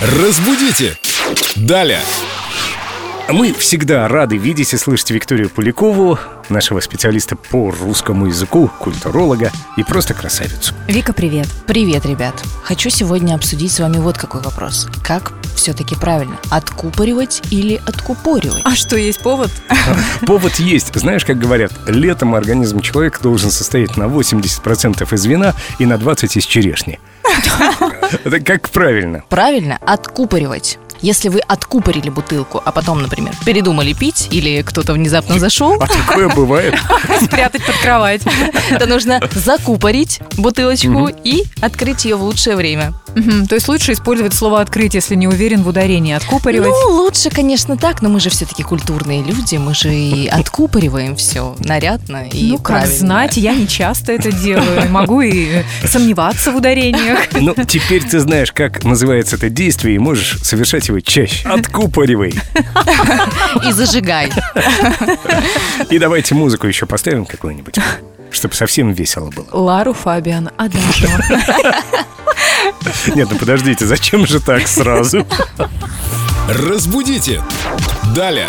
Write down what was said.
Разбудите! Далее! Мы всегда рады видеть и слышать Викторию Полякову, нашего специалиста по русскому языку, культуролога и просто красавицу. Вика, привет. Привет, ребят. Хочу сегодня обсудить с вами вот какой вопрос. Как все-таки правильно, откупоривать или откупоривать? А что, есть повод? Повод есть. Знаешь, как говорят, летом организм человека должен состоять на 80% из вина и на 20% из черешни. Это как правильно. Правильно, откупоривать. Если вы откупорили бутылку, а потом, например, передумали пить, или кто-то внезапно зашел, А такое бывает. Спрятать под кровать. то нужно закупорить бутылочку и открыть ее в лучшее время. Мгм, То есть лучше использовать слово «открыть», если не уверен в ударении. Откупоривать. Ну, лучше, конечно, так, но мы же все-таки культурные люди, мы же и откупориваем все нарядно и ну, как правильно. знать, я не часто это делаю. Могу и сомневаться в ударениях. Ну, теперь ты знаешь, как называется это действие, и можешь совершать его чаще. Откупоривай. И зажигай. И давайте музыку еще поставим какую-нибудь, чтобы совсем весело было. Лару Фабиан, Адажио. Нет, ну подождите, зачем же так сразу? Разбудите! Далее!